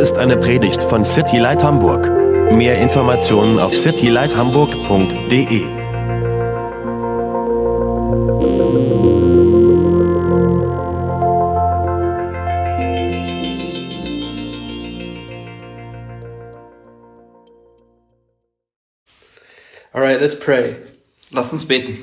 ist eine Predigt von City Light Hamburg. Mehr Informationen auf citylighthamburg.de. All right, let's pray. Lass uns beten.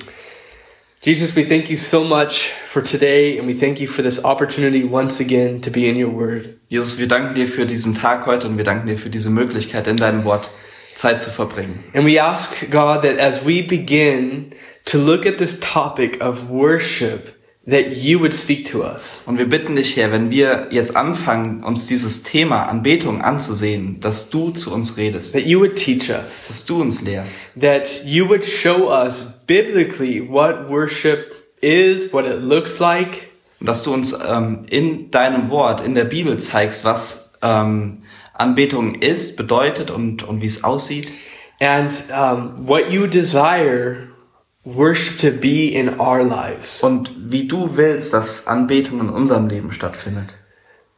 Jesus, we thank you so much for today, and we thank you for this opportunity once again to be in your word. Jesus, wir danken dir für diesen Tag heute und wir danken dir für diese Möglichkeit, in deinem Wort Zeit zu verbringen. And we ask, God, that as we begin to look at this topic of worship, that you would speak to us. Und wir bitten dich, Herr, wenn wir jetzt anfangen, uns dieses Thema Anbetung anzusehen, dass du zu uns redest, That you would teach us, dass du uns lehrst, that you would show us biblically what worship is, what it looks like, und dass du uns ähm, in deinem Wort, in der Bibel zeigst, was ähm, Anbetung ist, bedeutet und, und wie es aussieht. and um, what you desire worship to be in our lives. Und wie du willst, dass Anbetung in unserem Leben stattfindet.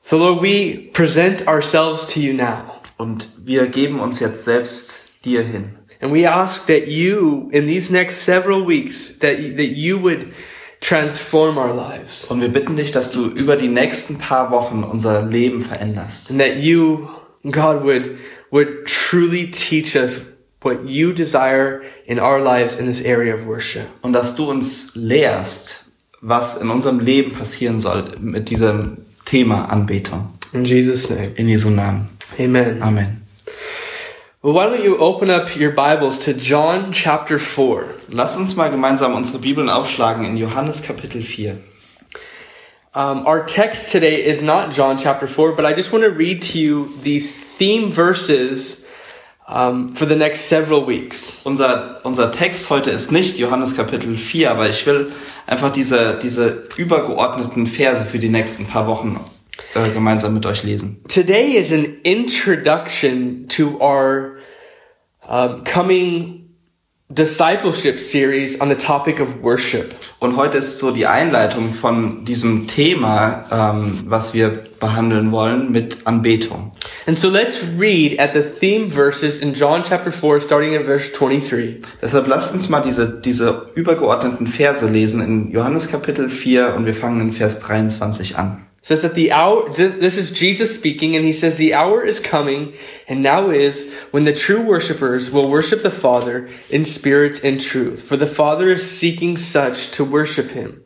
So, Lord, we present ourselves to you now. Und wir geben uns jetzt selbst dir hin. And we ask that you, in these next several weeks, that, that you would transform our lives Und wir bitten dich, dass du über die nächsten paar Wochen unser Leben veränderst. and that you, God, would, would truly teach us what you desire in our lives in this area of worship. Und dass du uns lehrst, was in unserem Leben passieren soll mit diesem Thema Anbetung. In Jesus' name, In Jesu Namen. amen. Amen. Well, why don't you open up your Bibles to John chapter 4. Lass uns mal gemeinsam unsere Bibeln aufschlagen in Johannes Kapitel 4. Um, our text today is not John chapter 4, but I just want to read to you these theme verses um, for the next several weeks. Unser, unser Text heute ist nicht Johannes Kapitel 4, aber ich will einfach diese, diese übergeordneten Verse für die nächsten paar Wochen äh, gemeinsam mit euch lesen. Today is an introduction to our um, coming discipleship series on the topic of worship. Und heute ist so die Einleitung von diesem Thema, ähm, was wir behandeln wollen, mit Anbetung. And so let's read at the theme verses in John chapter 4, starting at verse 23. Deshalb lasst uns mal diese, diese übergeordneten Verse lesen in Johannes Kapitel 4 und wir fangen in Vers 23 an. It says that the hour, th- this is Jesus speaking, and he says, The hour is coming, and now is, when the true worshipers will worship the Father in spirit and truth. For the Father is seeking such to worship him.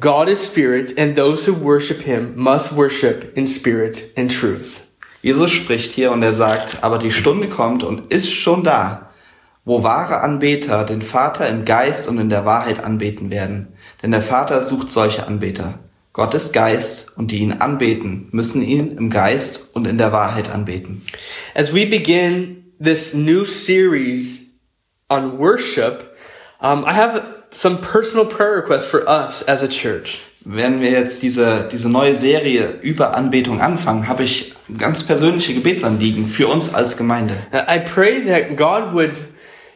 God is spirit, and those who worship him must worship in spirit and truth. Jesus spricht hier und er sagt, aber die Stunde kommt und ist schon da, wo wahre Anbeter den Vater im Geist und in der Wahrheit anbeten werden. Denn der Vater sucht solche Anbeter. Gott ist Geist und die ihn anbeten, müssen ihn im Geist und in der Wahrheit anbeten. As we begin this new series on worship, um, I have some personal prayer requests for us as a church. Wenn wir jetzt diese, diese neue Serie über Anbetung anfangen, habe ich ganz persönliche Gebetsanliegen für uns als Gemeinde. I pray that God would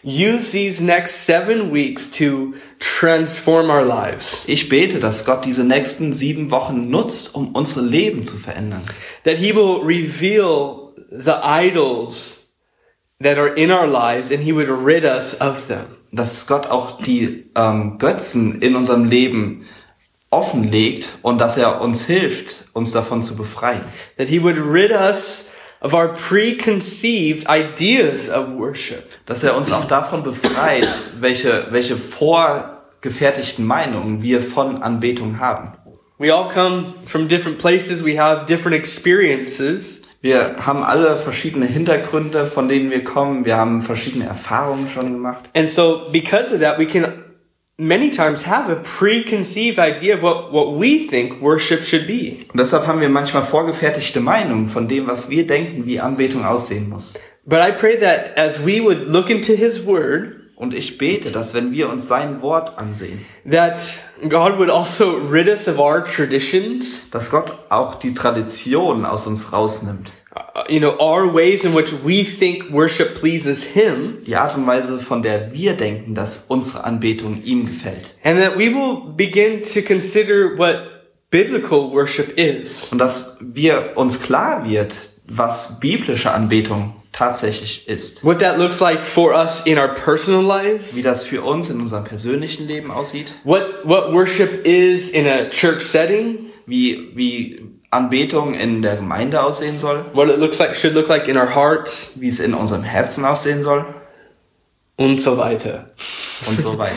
use these next seven weeks to transform our lives. Ich bete, dass Gott diese nächsten sieben Wochen nutzt, um unsere Leben zu verändern. That He will reveal the idols that are in our lives and He would rid us of them. Dass Gott auch die ähm, Götzen in unserem Leben offenlegt und dass er uns hilft, uns davon zu befreien. That He would rid us of our preconceived ideas of worship. Dass er uns auch davon befreit, welche, welche vorgefertigten Meinungen wir von Anbetung haben. We all come from different places, we have different experiences. Wir haben alle verschiedene Hintergründe, von denen wir kommen. Wir haben verschiedene Erfahrungen schon gemacht. And so, because of that, we can many times have a preconceived idea of what, what we think worship should be. Und deshalb haben wir manchmal vorgefertigte Meinungen von dem, was wir denken, wie Anbetung aussehen muss. But I pray that as we would look into His Word, Und ich bete, dass wenn wir uns sein Wort ansehen, that God would also rid us of our traditions, dass Gott auch die Tradition aus uns rausnimmt. uh, you know, our ways in which we think worship pleases Him, Die Art und Weise, von der wir denken, dass unsere Anbetung ihm gefällt. and that we will begin to consider what biblical worship is. Und dass wir uns klar wird, was biblische Anbetung tatsächlich ist. What that looks like for us in our personal lives, Wie das für uns in unserem persönlichen Leben aussieht. what what worship is in a church setting, Wie, wie Anbetung in der Gemeinde aussehen soll. what it looks like should look like in our hearts, Wie es in unserem Herzen aussehen soll. und so weiter. Und so weiter.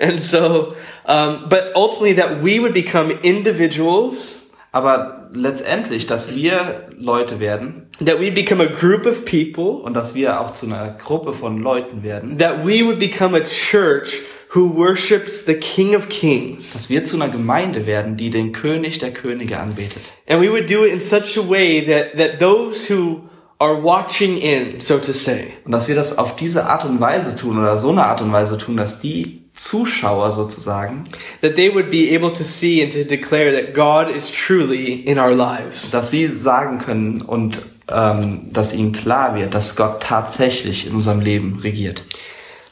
And so, um, but ultimately, that we would become individuals, Aber letztendlich, dass wir Leute werden that we become a group of people, und dass wir auch zu einer Gruppe von Leuten werden. that we would become a church who worships the King of Kings. Dass wir zu einer Gemeinde werden, die den König der Könige anbetet. And we would do it in such a way that, that those who are watching in, so to say, Und dass wir das auf diese Art und Weise tun oder so eine Art und Weise tun, dass die Zuschauer sozusagen, that they would be able to see and to declare that God is truly in our lives. dass sie sagen können und ähm, dass ihnen klar wird, dass Gott tatsächlich in unserem Leben regiert.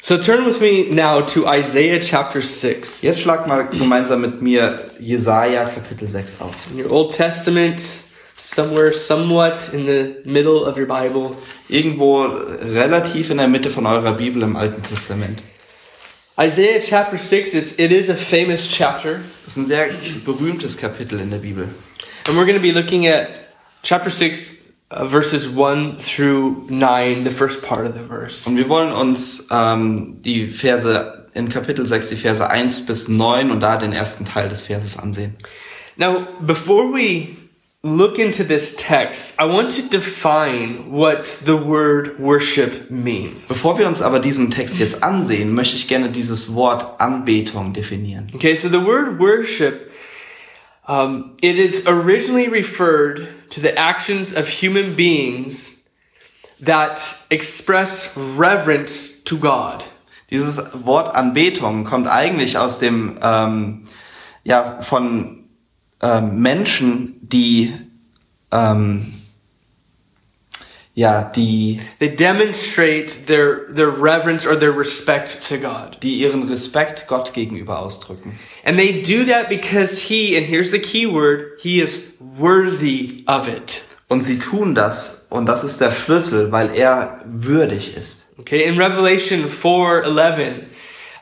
So turn with me now to Isaiah chapter 6. Jetzt schlag mal gemeinsam mit mir Jesaja Kapitel 6 auf. In your Old Testament, somewhere somewhat in the middle of your Bible, Irgendwo relativ in der Mitte von eurer Bibel im Alten Testament. Isaiah chapter 6, it's, it is a famous chapter. Das ist ein sehr berühmtes Kapitel in der Bibel. And we're going to be looking at chapter 6, uh, verses 1 through 9, the first part of the verse. Und wir wollen uns ähm, die Verse in Kapitel 6, die Verse 1 bis 9 und da den ersten Teil des Verses ansehen. Now, before we look into this text, I want to define what the word worship means. Bevor wir uns aber diesen Text jetzt ansehen, möchte ich gerne dieses Wort Anbetung definieren. Okay, so the word worship, um, it is originally referred to the actions of human beings that express reverence to God. Dieses Wort Anbetung kommt eigentlich aus dem, ähm, ja, von ähm, Menschen, die, ähm, ja, die, They demonstrate their, their reverence or their respect to God. die ihren Respekt Gott gegenüber ausdrücken. And they do that because He, and here's the key word, He is worthy of it. Und sie tun das, und das ist der Schlüssel, weil er würdig ist. Okay, in Revelation 4.11,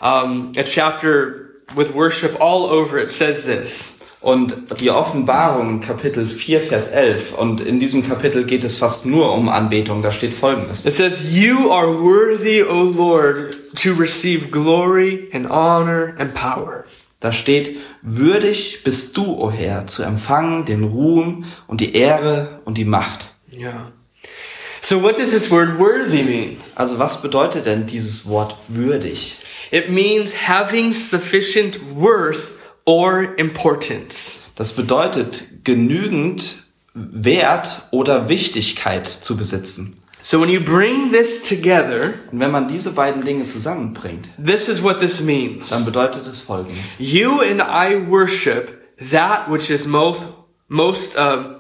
um, a chapter with worship all over it says this. Und die Offenbarung, Kapitel 4, Vers 11, und in diesem Kapitel geht es fast nur um Anbetung, da steht folgendes. It says, You are worthy, O Lord, to receive glory and honor and power. Da steht, würdig bist du, o Herr, zu empfangen den Ruhm und die Ehre und die Macht. Yeah. So, what does this word worthy mean? Also was bedeutet denn dieses Wort würdig? It means having sufficient worth or importance. Das bedeutet, genügend Wert oder Wichtigkeit zu besitzen. So, when you bring this together, Und wenn man diese beiden Dinge zusammenbringt, this is what this means. dann bedeutet es folgendes. You and I worship that which is most, most, um,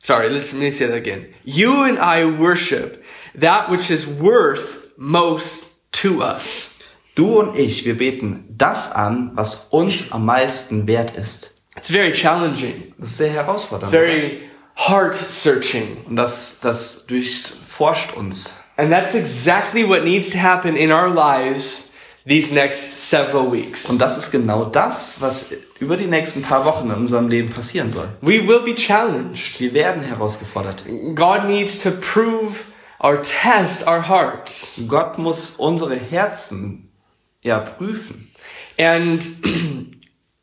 sorry, let's, let me say that again. You and I worship that which is worth most to us. Du und ich, wir beten das an, was uns am meisten wert ist. It's very challenging, Das ist sehr herausfordernd. very heart searching. und das, das durchforscht uns. And that's exactly what needs to happen in our lives these next several weeks. Und das ist genau das, was über die nächsten paar Wochen in unserem Leben passieren soll. We will be challenged. Wir werden herausgefordert. God needs to prove or test our hearts. Gott muss unsere Herzen ja prüfen. And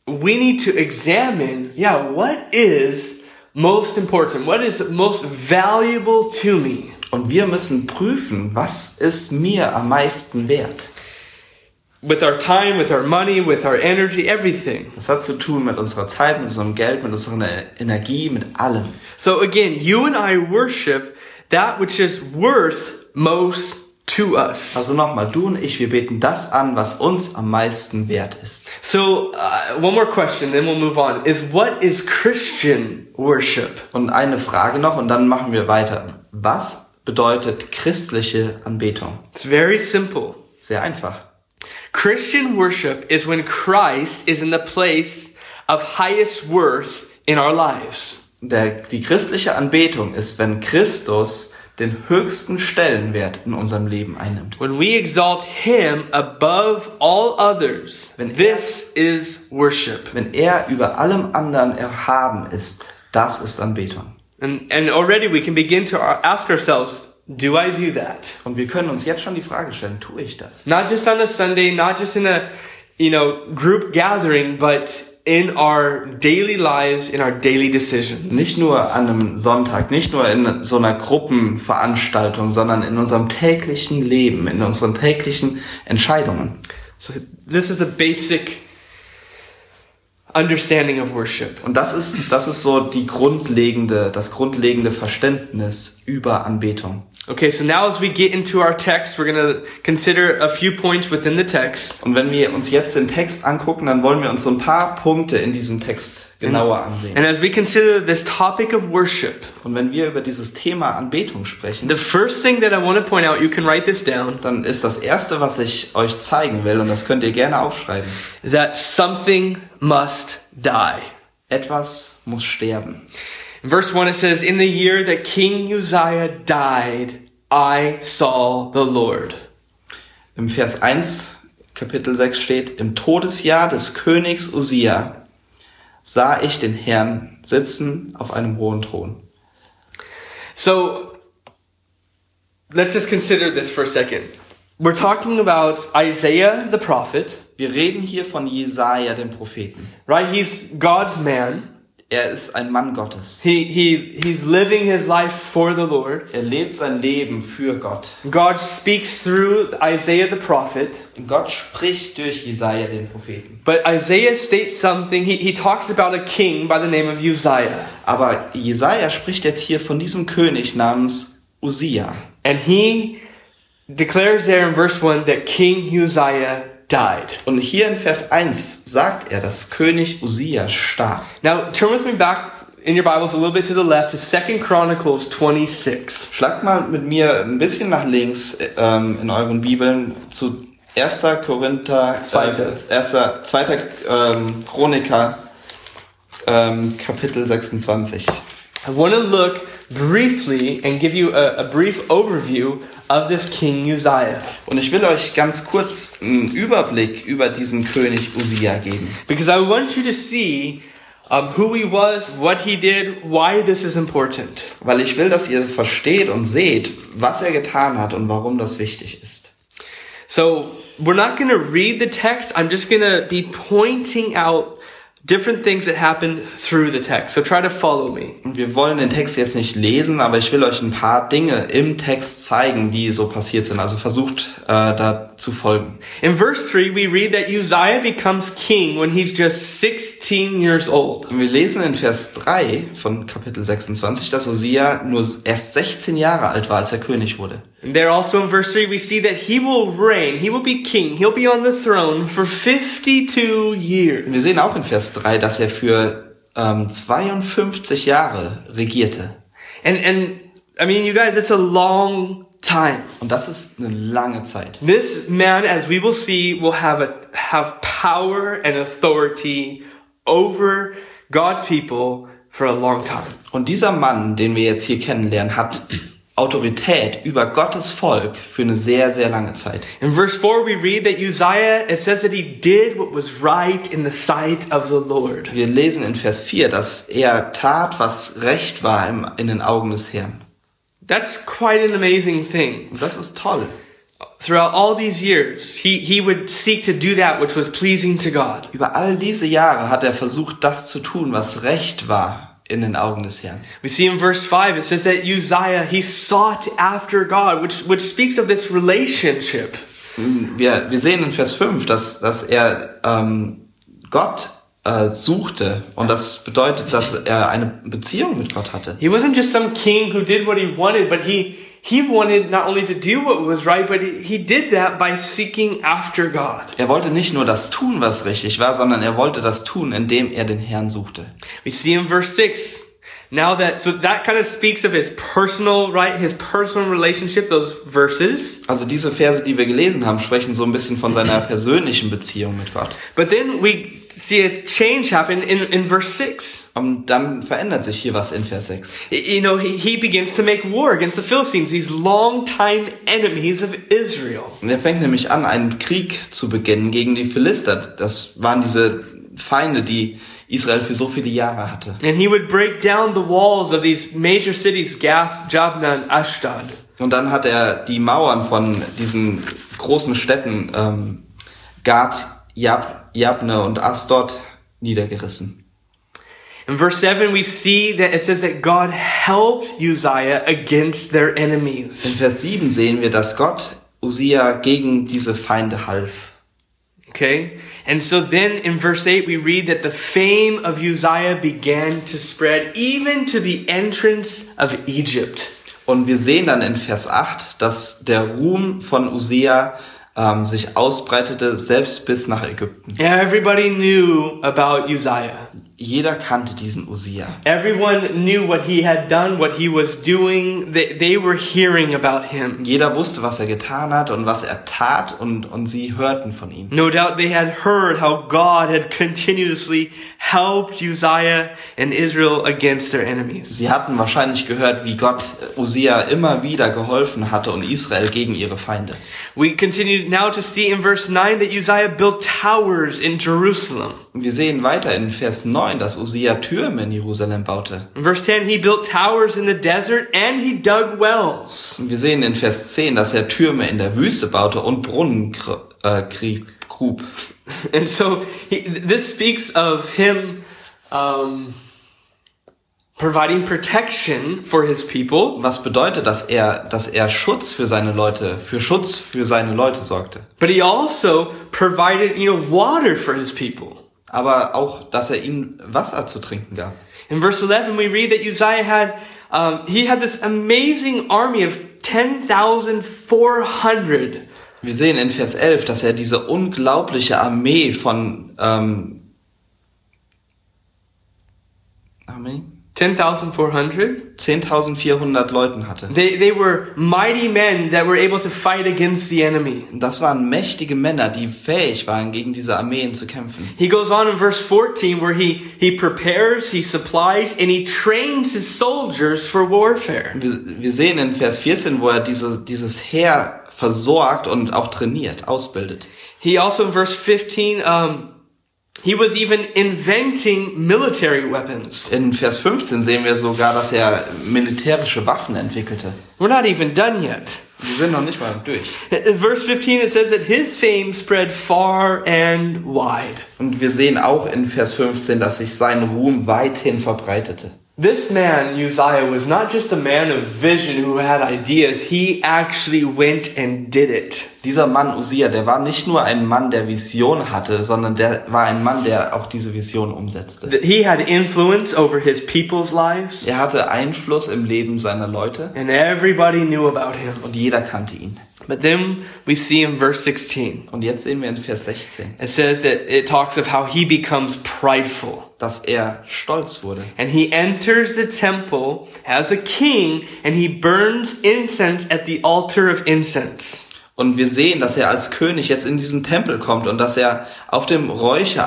we need to examine, yeah, what is most important? What is most valuable to me? Und wir müssen prüfen, was ist mir am meisten wert. With our time, with our money, with our energy, everything. Das hat zu tun mit unserer Zeit, mit unserem Geld, mit unserer Energie, mit allem. So again, you and I worship that which is worth most to us. Also nochmal, du und ich, wir beten das an, was uns am meisten wert ist. So, uh, one more question, then we'll move on. Is what is Christian worship? Und eine Frage noch und dann machen wir weiter. Was bedeutet christliche Anbetung? It's very simple. Sehr einfach. Christian worship is when Christ is in the place of highest worth in our lives. der, die christliche Anbetung ist, wenn Christus den höchsten Stellenwert in unserem Leben einnimmt. When we exalt Him above all others, Wenn er- this is worship. Wenn er über allem anderen erhaben ist, das ist Anbetung. And, and already we can begin to a- ask ourselves, do I do that? Und wir können uns jetzt schon die Frage stellen, tue ich das? Not just on a Sunday, not just in a, you know, group gathering, but in our daily lives, in our daily decisions. Nicht nur an einem Sonntag, nicht nur in so einer Gruppenveranstaltung, sondern in unserem täglichen Leben, in unseren täglichen Entscheidungen. So this is a basic understanding of worship. Und das ist, das ist so die grundlegende, das grundlegende Verständnis über Anbetung. Okay, so now as we get into our text, we're going to consider a few points within the text. Und wenn wir uns jetzt den Text angucken, dann wollen wir uns so ein paar Punkte in diesem Text genauer ansehen. And as we consider this topic of worship, Und wenn wir über dieses Thema Anbetung sprechen, the first thing that I want to point out, you can write this down, dann ist das erste, was ich euch zeigen will, und das könnt ihr gerne aufschreiben. is that something must die. Etwas muss sterben. In verse 1 it says, In the year that King Uzziah died, I saw the Lord. Im Vers 1, Kapitel 6 steht, im Todesjahr des Königs Usia sah ich den Herrn sitzen auf einem hohen Thron. So let's just consider this for a second. We're talking about Isaiah the prophet, Wir reden hier von Jesaja, dem Propheten. right? He's God's man. Er ist ein Mann Gottes. He he he's living his life for the Lord. Er lebt sein Leben für Gott. God speaks through Isaiah the prophet, Gott spricht durch Jesaja, den Propheten. but Isaiah states something. He he talks about a king by the name of Uzziah, Aber Jesaja spricht jetzt hier von diesem König namens Usia. and he declares there in verse 1 that King Uzziah died. Und hier in Vers 1 sagt er, dass König Usia starb. Now, turn with me back in your Bibles a little bit to the left to 2nd Chronicles 26. Schlag mal mit mir ein bisschen nach links äh, ähm, in euren Bibeln zu 1. Korinther, Zweite. Äh, 1. 2. Ähm, Chroniker, ähm, Kapitel 26. I want to look briefly and give you a, a brief overview of this King Uzziah. Und ich will euch ganz kurz einen Überblick über diesen König Usia geben. Because I want you to see um, who he was, what he did, why this is important. Weil ich will, dass ihr versteht und seht, was er getan hat und warum das wichtig ist. So, we're not going to read the text. I'm just going to be pointing out different things that happen through the text. So, try to follow me. Und wir wollen den Text jetzt nicht lesen, aber ich will euch ein paar Dinge im Text zeigen, die so passiert sind. Also versucht äh, da zu folgen. In verse 3, we read that Uzziah becomes king when he's just 16 years old. Und wir lesen in Vers 3 von Kapitel 26, dass Osia nur erst 16 Jahre alt war, als er König wurde. And There also in verse 3 we see that he will reign, he will be king, he'll be on the throne for 52 Und wir years. sehen auch in Vers 3, dass er für ähm, 52 Jahre regierte. And and I mean you guys it's a long time. Und das ist eine lange Zeit. This man as we will see will have a have power and authority over God's people for a long time. Und dieser Mann, den wir jetzt hier kennenlernen, hat Autorität über Gottes Volk für eine sehr, sehr lange Zeit. In verse 4 we read that Uzziah it says that he did what was right in the sight of the Lord. Wir lesen in Vers 4, dass er tat, was recht war im, in den Augen des Herrn. That's quite an amazing thing. Und das ist toll. throughout all these years, he, he would seek to do that which was pleasing to God. Über all diese Jahre hat er versucht, das zu tun, was recht war in den Augen des Herrn. We see in verse 5, it says that Uzziah, he sought after God, which, which speaks of this relationship. Wir, wir sehen in Vers 5, dass, dass er ähm, Gott äh, suchte. Und das bedeutet, dass er eine Beziehung mit Gott hatte. He wasn't just some king who did what he wanted, but he, he wanted not only to do what was right, but he, he did that by seeking after God. Er wollte nicht nur das tun, was richtig war, sondern er wollte das tun, indem er den Herrn suchte. We see in verse 6, now that, so that kind of speaks of his personal, right, his personal relationship, those verses. Also diese Verse, die wir gelesen haben, sprechen so ein bisschen von seiner persönlichen Beziehung mit Gott. But then we see a change happen in, in verse 6. Und dann verändert sich hier was in Vers 6. Y- You know, he, he begins to make war against the Philistines, these longtime enemies of Israel. Und er fängt nämlich an, einen Krieg zu beginnen gegen die Philister. Das waren diese Feinde, die Israel für so viele Jahre hatte. And he would break down the walls of these major cities, Gath, Jabna, and Ashdod. Und dann hat er die Mauern von diesen großen Städten ähm, Gad, Jab, Jabne und Asdod niedergerissen. In verse 7, we see that it says that God helped Uzziah against their In enemies. Vers 7 sehen wir, dass Gott Usia gegen diese Feinde half. Okay? And so then in verse 8, we read that the fame of Uzziah began to spread even to the entrance of Egypt. Und wir sehen dann in Vers 8, dass der Ruhm von Usia ähm, sich ausbreitete, selbst bis nach Ägypten. Everybody knew about Uzziah. Jeder kannte diesen Usia. Everyone knew what he had done, what he was doing. They, they were hearing about him. Jeder wusste, was er getan hat und was er tat und, und sie hörten von ihm. No doubt they had heard how God had continuously helped Uzziah and Israel against their enemies. Sie hatten wahrscheinlich gehört, wie Gott äh, Usia immer wieder geholfen hatte und Israel gegen ihre Feinde. We continue now to see in verse 9 that Uzziah built towers in Jerusalem. Und wir sehen weiter in Vers 9, dass Usia Türme in Jerusalem baute. In verse 10, he built towers in the desert and he dug wells. Und wir sehen in Vers 10, dass er Türme in der Wüste baute und Brunnen gr- äh, grie- grub. And so he, this speaks of him um, providing protection for his people, Was bedeutet, dass er, dass er Schutz für seine Leute, für Schutz für seine Leute sorgte. but he also provided, you know, water for his people. Aber auch, dass er ihnen Wasser zu trinken gab. In verse 11, we read that Uzziah had, um, he had this amazing army of 10,400. Wir sehen in Vers 11, dass er diese unglaubliche Armee von ähm, Armee? 10,400? 10.400 Leuten hatte. They, they were mighty men that were able to fight against the enemy. Und das waren mächtige Männer, die fähig waren, gegen diese Armeen zu kämpfen. He goes on in verse 14 where he, he prepares, he supplies, and he trains his soldiers for warfare. Wir, wir sehen in Vers 14, wo er diese, dieses Heer versorgt und auch trainiert, ausbildet. He also in verse 15, um, he was even inventing military weapons. In Vers 15 sehen wir sogar, dass er militärische Waffen entwickelte. We're not even done yet. Wir sind noch nicht mal durch. In verse 15, it says that his fame spread far and wide. Und wir sehen auch in Vers 15, dass sich sein Ruhm weithin verbreitete. This man, Uzziah, was not just a man of vision who had ideas, he actually went and did it. Dieser Mann Usia, der war nicht nur ein Mann, der Vision hatte, sondern der war ein Mann, der auch diese Vision umsetzte. That He had influence over his people's lives, Er hatte Einfluss im Leben seiner Leute and everybody knew about him. und jeder kannte ihn. But then we see in verse 16, Und jetzt sehen wir in Vers 16, it says that it talks of how he becomes prideful. dass er stolz wurde. And he enters the temple as a king, and he burns incense at the altar of incense. Und wir sehen, dass er als König jetzt in diesen Tempel kommt und dass er auf dem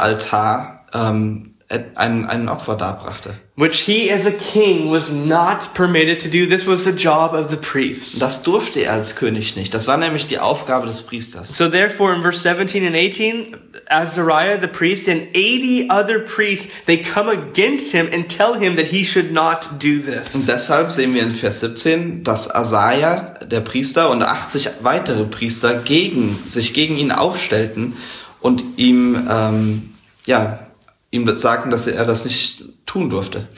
Räucheraltar ähm, einen, einen Opfer darbrachte. which he as a king was not permitted to do. This was the job of the priests. Das durfte er als König nicht. Das war nämlich die Aufgabe des Priesters. So therefore in verse 17 and 18, Azariah the priest and 80 other priests, they come against him and tell him that he should not do Und this. deshalb sehen wir in Vers 17, dass Asaja, der Priester, und 80 weitere Priester gegen, sich gegen ihn aufstellten und ihm, ähm, ja, ihm sagten, dass er das nicht tun durfte.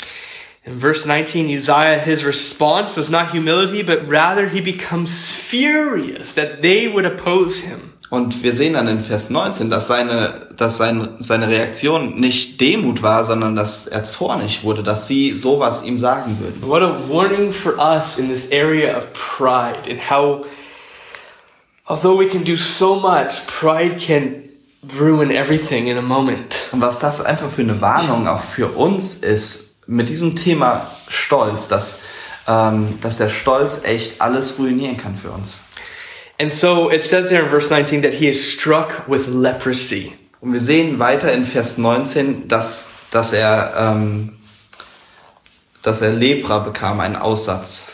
In verse 19, Uzziah, his response was not humility, but rather he becomes furious that they would oppose him. Und wir sehen dann in Vers 19, dass seine, dass sein, seine Reaktion nicht Demut war, sondern dass er zornig wurde, dass sie sowas ihm sagen würden. What a warning for us in this area of pride and how, although we can do so much, pride can ruin everything in a moment. Und was das einfach für eine Warnung auch für uns ist, mit diesem Thema Stolz, dass, ähm, dass der Stolz echt alles ruinieren kann für uns. And so it says there in verse 19 that he is struck with leprosy. Und wir sehen weiter in Vers 19, dass, dass, er, ähm, dass er Lepra bekam, einen Aussatz.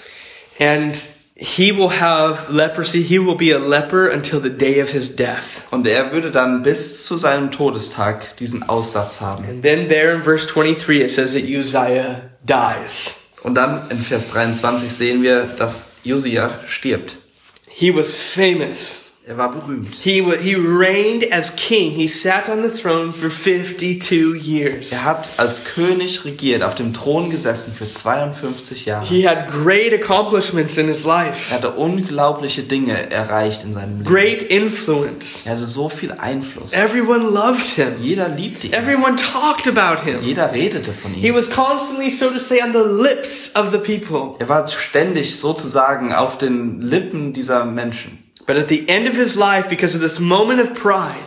And he will have leprosy. He will be a leper until the day of his death. Und er würde dann bis zu seinem Todestag diesen Aussatz haben. And then there in verse 23, it says that Uzziah dies. Und dann in Vers 23 sehen wir, dass Josia stirbt. He was famous. Er war berühmt. He, wa he reigned as king. He sat on the throne for 52 years. Er hat als König regiert, auf dem Thron gesessen für 52 Jahre. He had great accomplishments in his Er life, hatte unglaubliche Dinge erreicht in seinem Leben. great influence. Er hatte so viel Einfluss. Everyone loved him. Jeder liebte ihn. Everyone talked about him. Jeder redete von He ihm. was constantly, so to say, on the lips of the people. Er war ständig sozusagen auf den Lippen dieser Menschen. But at the end of his life, because of this moment of pride,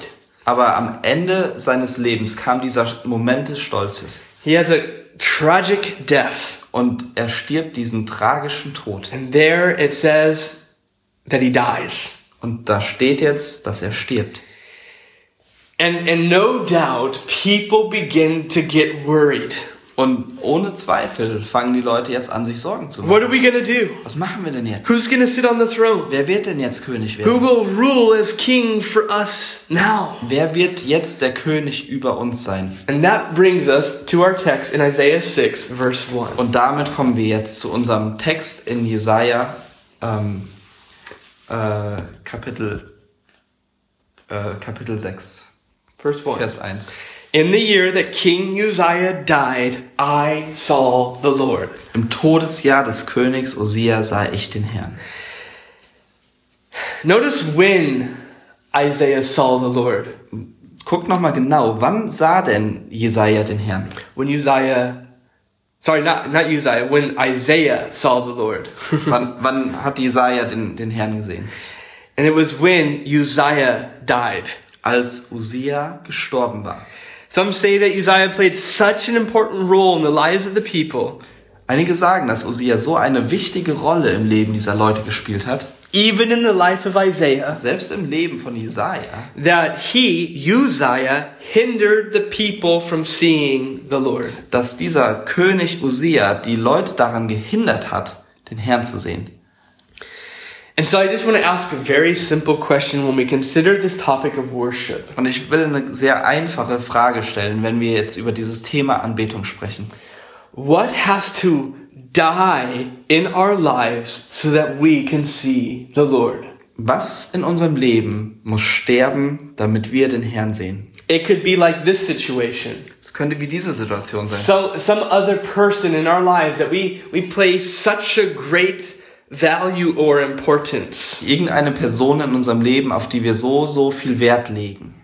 Aber am Ende seines Lebens kam dieser Moment des Stolzes. he has a tragic death. Und er stirbt diesen tragischen Tod. And there it says that he dies. Und da steht jetzt, dass er stirbt. And, and no doubt, people begin to get worried. Und ohne Zweifel fangen die Leute jetzt an, sich Sorgen zu machen. What are we going to do? Was machen wir denn jetzt? Who's going to sit on the throne? Wer wird denn jetzt König Who werden? will rule as king for us now? Wer wird jetzt der König über uns sein? And that brings us to our text in Isaiah 6, verse 1. Und damit kommen wir jetzt zu unserem Text in Jesaja, ähm, äh, Kapitel, äh, Kapitel 6, Verse 1. Vers 1. In the year that King Uzziah died, I saw the Lord. Im Todesjahr des Königs Osia sah ich den Herrn. Notice when Isaiah saw the Lord. Guckt nochmal genau, wann sah denn Jesaja den Herrn? When Uzziah, sorry, not, not Uzziah, when Isaiah saw the Lord. Um, Wann, wann hat Jesaja den, den Herrn gesehen? and it was when Uzziah died. Als Osia gestorben war. Some say that Uzziah played such an important role in the lives of the people, Einige sagen, dass Osia so eine wichtige Rolle im Leben dieser Leute gespielt hat, even in the life of Isaiah, selbst im Leben von Jesaja, that he, Uzziah, hindered the people from seeing the Lord. dass dieser König Usia die Leute daran gehindert hat, den Herrn zu sehen. And so I just want to ask a very simple question when we consider this topic of worship. Und ich will eine sehr einfache Frage stellen, wenn wir jetzt über dieses Thema Anbetung sprechen. What has to die in our lives so that we can see the Lord? Was in unserem Leben muss sterben, damit wir den Herrn sehen? It could be like this situation. Es könnte wie diese Situation sein. So some other person in our lives that we we place such a great value or importance. Irgendeine Person in unserem Leben, auf die wir so, so viel Wert legen.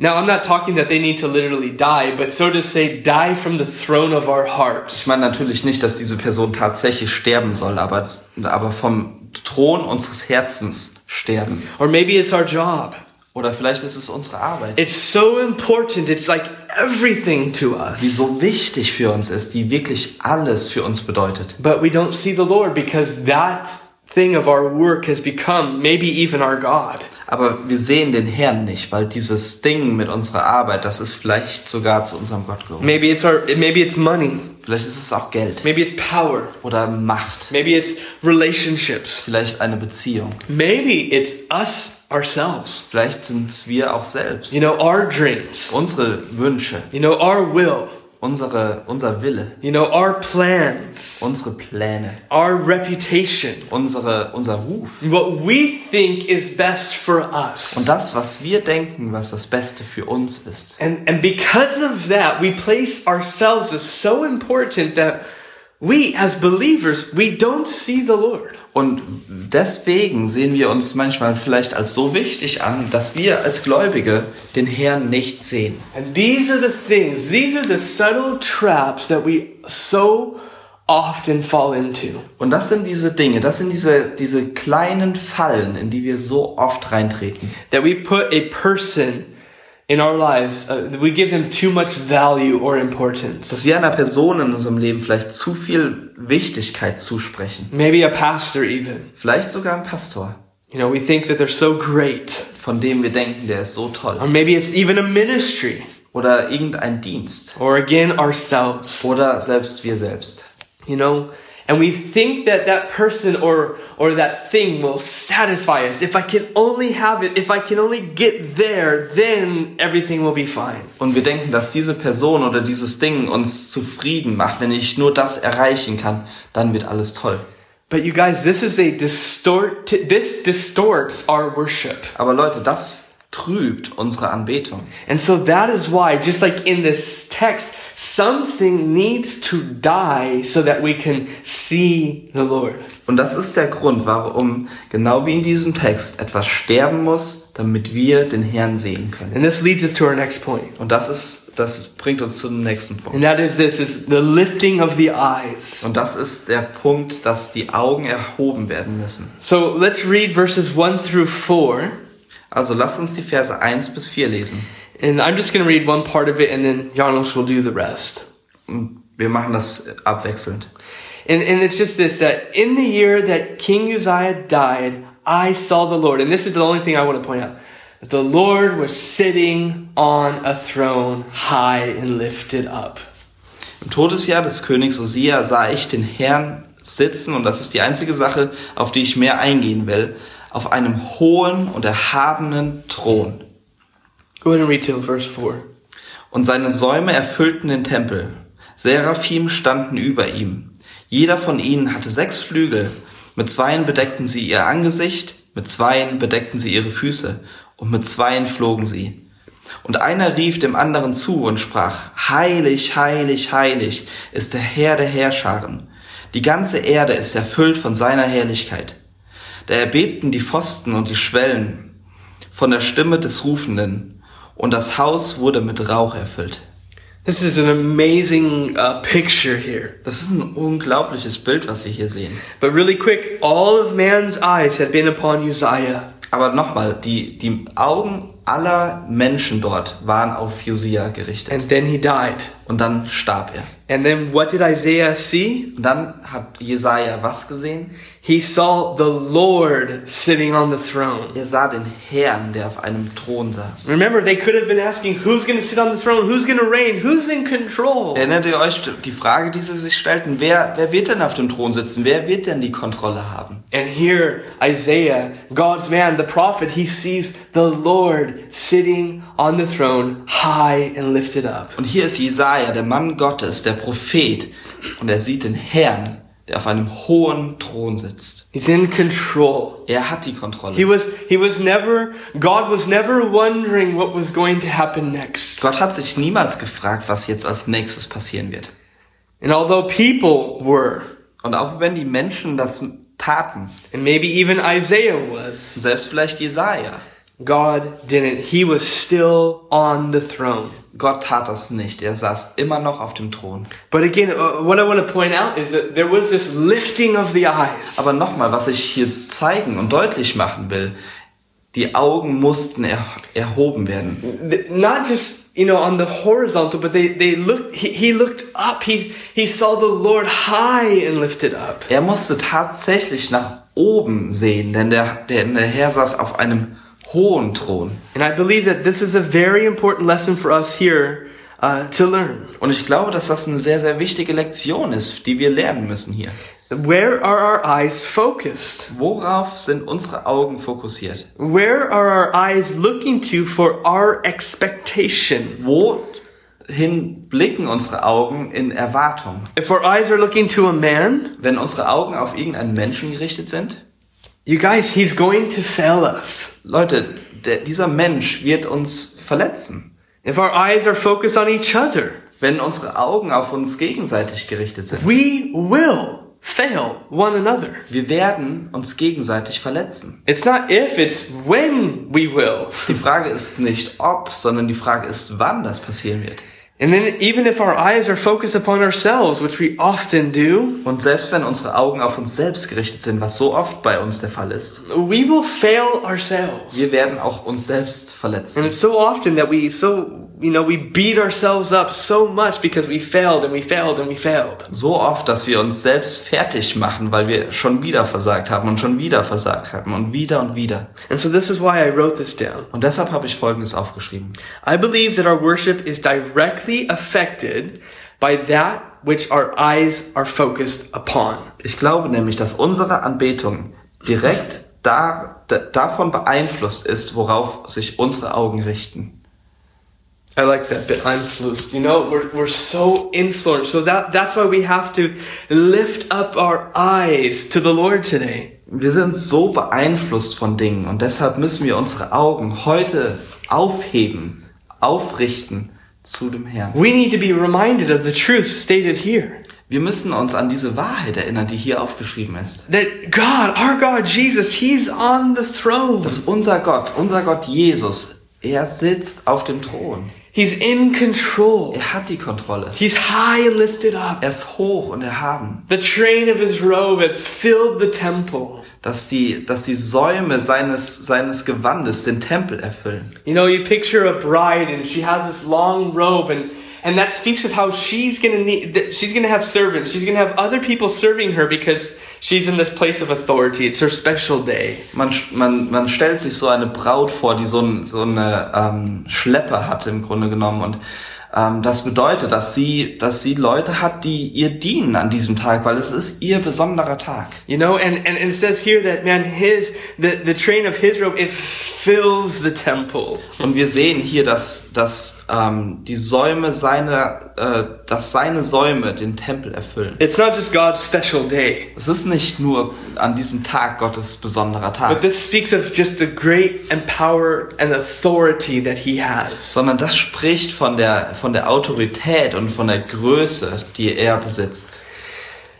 Now I'm not talking that they need to literally die, but so to say die from the throne of our hearts. Ich meine natürlich nicht, dass diese Person tatsächlich sterben soll, aber, aber vom Thron unseres Herzens sterben. Or maybe it's our job. Oder vielleicht ist es unsere Arbeit. It's so important. It's like everything to die us. so wichtig für uns ist, die wirklich alles für uns bedeutet. But we don't see the Lord because that thing of our work has become maybe even our God. Aber wir sehen den Herrn nicht, weil dieses Ding mit unserer Arbeit, das ist vielleicht sogar zu unserem Gott geworden. Maybe it's our maybe it's money. Vielleicht ist es auch Geld Maybe it's power. oder Macht, Maybe it's relationships. vielleicht eine Beziehung. Maybe it's us ourselves. Vielleicht sind es wir auch selbst. You know, our dreams. Unsere Wünsche, You know, our will. unsere, unser Wille, You know, our plans. unsere Pläne, Our reputation. unsere, unser Ruf. What we think is best for Und us. das, was wir denken, was das Beste für uns ist. And and because of that, we place ourselves as so important that we as believers, we don't see the Lord. Und deswegen sehen wir uns manchmal vielleicht als so wichtig an, dass wir als Gläubige den Herrn nicht sehen. And these are the things, these are the subtle traps that we so often fall into. Und das sind diese Dinge, das sind diese, diese kleinen Fallen, in die wir so oft reintreten. That we put a person in our lives, uh, we give them too much value or importance. Dass wir einer Person in unserem Leben vielleicht zu viel Wichtigkeit zusprechen. Maybe a pastor, even. Vielleicht sogar ein Pastor. You know, we think that they're so great. von dem wir denken, der ist so Or toll. maybe it's even a ministry. Oder irgendein Dienst. Or again, ourselves. Oder selbst wir selbst. You know? And we think that that person or, or that thing will satisfy us. If I can only have it, if I can only get there, then everything will be fine. Und wir denken, dass diese Person oder dieses Ding uns zufrieden macht. Wenn ich nur das erreichen kann, dann wird alles toll. But you guys, this is a distort, this distorts our worship. Aber Leute, das trübt unsere Anbetung. And so that is why, just like in this text, something needs to die so that we can see the Lord. Und das ist der Grund, warum genau wie in diesem Text etwas sterben muss, damit wir den Herrn sehen können. And this leads us to our next point. Und das ist, das bringt uns zum nächsten Punkt. And that is this is the lifting of the eyes. Und das ist der Punkt, dass die Augen erhoben werden müssen. So let's read verses 1 through 4. Also lasst uns die Verse 1 bis 4 lesen. And I'm just going to read one part of it and then Janos will do the rest. Und wir machen das abwechselnd. And, and it's just this that in the year that King Uzziah died, I saw the Lord. And this is the only thing I want to point out. The Lord was sitting on a throne, high and lifted up. Im Todesjahr des Königs Osia sah ich den Herrn sitzen, und das ist die einzige Sache, auf die ich mehr eingehen will, auf einem hohen und erhabenen Thron. Go ahead and read till verse 4. Und seine Säume erfüllten den Tempel. Seraphim standen über ihm. Jeder von ihnen hatte sechs Flügel. Mit zweien bedeckten sie ihr Angesicht, mit zweien bedeckten sie ihre Füße, und mit zweien flogen sie. Und einer rief dem anderen zu und sprach, Heilig, heilig, heilig ist der Herr der Herrscharen. Die ganze Erde ist erfüllt von seiner Herrlichkeit. Da erbebten die Pfosten und die Schwellen, von der Stimme des Rufenden, und das Haus wurde mit Rauch erfüllt. This is an amazing uh, picture here. Das ist ein unglaubliches Bild, was wir hier sehen. But really quick, all of man's eyes had been upon Uzziah. Aber nochmal, die, die Augen aller Menschen dort waren auf Josia gerichtet. And then he died. Und dann starb er. And then what did Isaiah see? Und dann hat Jesaja was gesehen? He saw the Lord sitting on the throne. Er sah den Herrn, der auf einem Thron saß. Remember, they could have been asking, who's going to sit on the throne? Who's going to reign? Who's in control? Erinnert ihr euch die Frage, die sie sich stellten? Wer, wer wird denn auf dem Thron sitzen? Wer wird denn die Kontrolle haben? And here, Isaiah, God's man, the prophet, he sees the Lord sitting on the throne, high and lifted up. Und hier ist Jesaja, der Mann Gottes, der Prophet, und er sieht den Herrn, der auf einem hohen Thron sitzt. He's in control. Er hat die He Kontrolle. was, he was never, God was never wondering what was going to happen next. Gott hat sich niemals gefragt, was jetzt als nächstes passieren wird. And although people were, Und auch wenn die Menschen das taten, and maybe even Isaiah was, selbst vielleicht Jesaja, God didn't. He was still on the throne. Gott tat das nicht. Er saß immer noch auf dem Thron. But again, uh, what I want to point out is that there was this lifting of the eyes. Aber nochmal, was ich hier zeigen und deutlich machen will, die Augen mussten er erhoben werden. Th- Not just, you know, on the horizontal, but they, they looked, he, he looked up. He, he saw the Lord high and lifted up. Er musste tatsächlich nach oben sehen, denn der, der, der Herr saß auf einem hohen Thron. And I believe that this is a very important lesson for us here uh, to learn. Und ich glaube, dass das eine sehr, sehr wichtige Lektion ist, die wir lernen müssen hier. Where are our eyes focused? Worauf sind unsere Augen fokussiert? Where are our eyes looking to for our expectation? Wohin blicken unsere Augen in Erwartung? If our eyes are looking to a man, Wenn unsere Augen auf irgendeinen Menschen gerichtet sind? you guys, he's going to fail us. Leute, der, dieser Mensch wird uns verletzen. If our eyes are focused on each other, Wenn unsere Augen auf uns gegenseitig gerichtet sind, we will fail one another. wir werden uns gegenseitig verletzen. It's not if, it's when we will. Die Frage ist nicht ob, sondern die Frage ist, wann das passieren wird. And then, even if our eyes are focused upon ourselves, which we often do, Und selbst wenn unsere Augen auf uns selbst gerichtet sind, was so oft bei uns der Fall ist, we will fail ourselves. wir werden auch uns selbst verletzen. And it's so often that we so you know, we beat ourselves up so much because we failed and we failed and we failed. so oft, dass wir uns selbst fertig machen, weil wir schon wieder versagt haben und schon wieder versagt haben und wieder und wieder. And so this is why I wrote this down. Und deshalb habe ich Folgendes aufgeschrieben. I believe that our worship is directly affected by that which our eyes are focused upon. Ich glaube nämlich, dass unsere Anbetung direkt da, da, davon beeinflusst ist, worauf sich unsere Augen richten. I like that bit. I'm flused. You know, we're, we're so influenced. So that, that's why we have to lift up our eyes to the Lord today. Wir sind so beeinflusst von Dingen und deshalb müssen wir unsere Augen heute aufheben, aufrichten zu dem Herrn. We need to be reminded of the truth stated here. Wir müssen uns an diese Wahrheit erinnern, die hier aufgeschrieben ist. That God, our God Jesus, He's on the throne. dass unser Gott, unser Gott Jesus, er sitzt auf dem Thron. He's in control. Er hat die Kontrolle. He's high and lifted up. Er ist hoch und erhaben. The train of His robe has filled the temple. Dass die, dass die Säume seines, seines Gewandes den Tempel erfüllen. You know, you picture a bride and she has this long robe and and that speaks of how she's going to need that she's going to have servants. She's going to have other people serving her because she's in this place of authority. It's her special day. Man, man, man stellt sich so eine Braut vor, die so, ein, so eine ähm, Schleppe hat im Grunde genommen. Und ähm, das bedeutet, dass sie, dass sie Leute hat, die ihr dienen an diesem Tag, weil es ist ihr besonderer Tag. You know, and and, and it says here that man his the, the train of his robe it fills the temple. Und wir sehen hier, dass, dass ähm, die Säume seiner, äh, dass seine Säume den Tempel erfüllen. It's not just God's special day, Es ist nicht nur an diesem Tag Gottes besonderer but Tag, this speaks of just the great and power and authority that he has. sondern das spricht von der, von der Autorität und von der Größe, die er besitzt.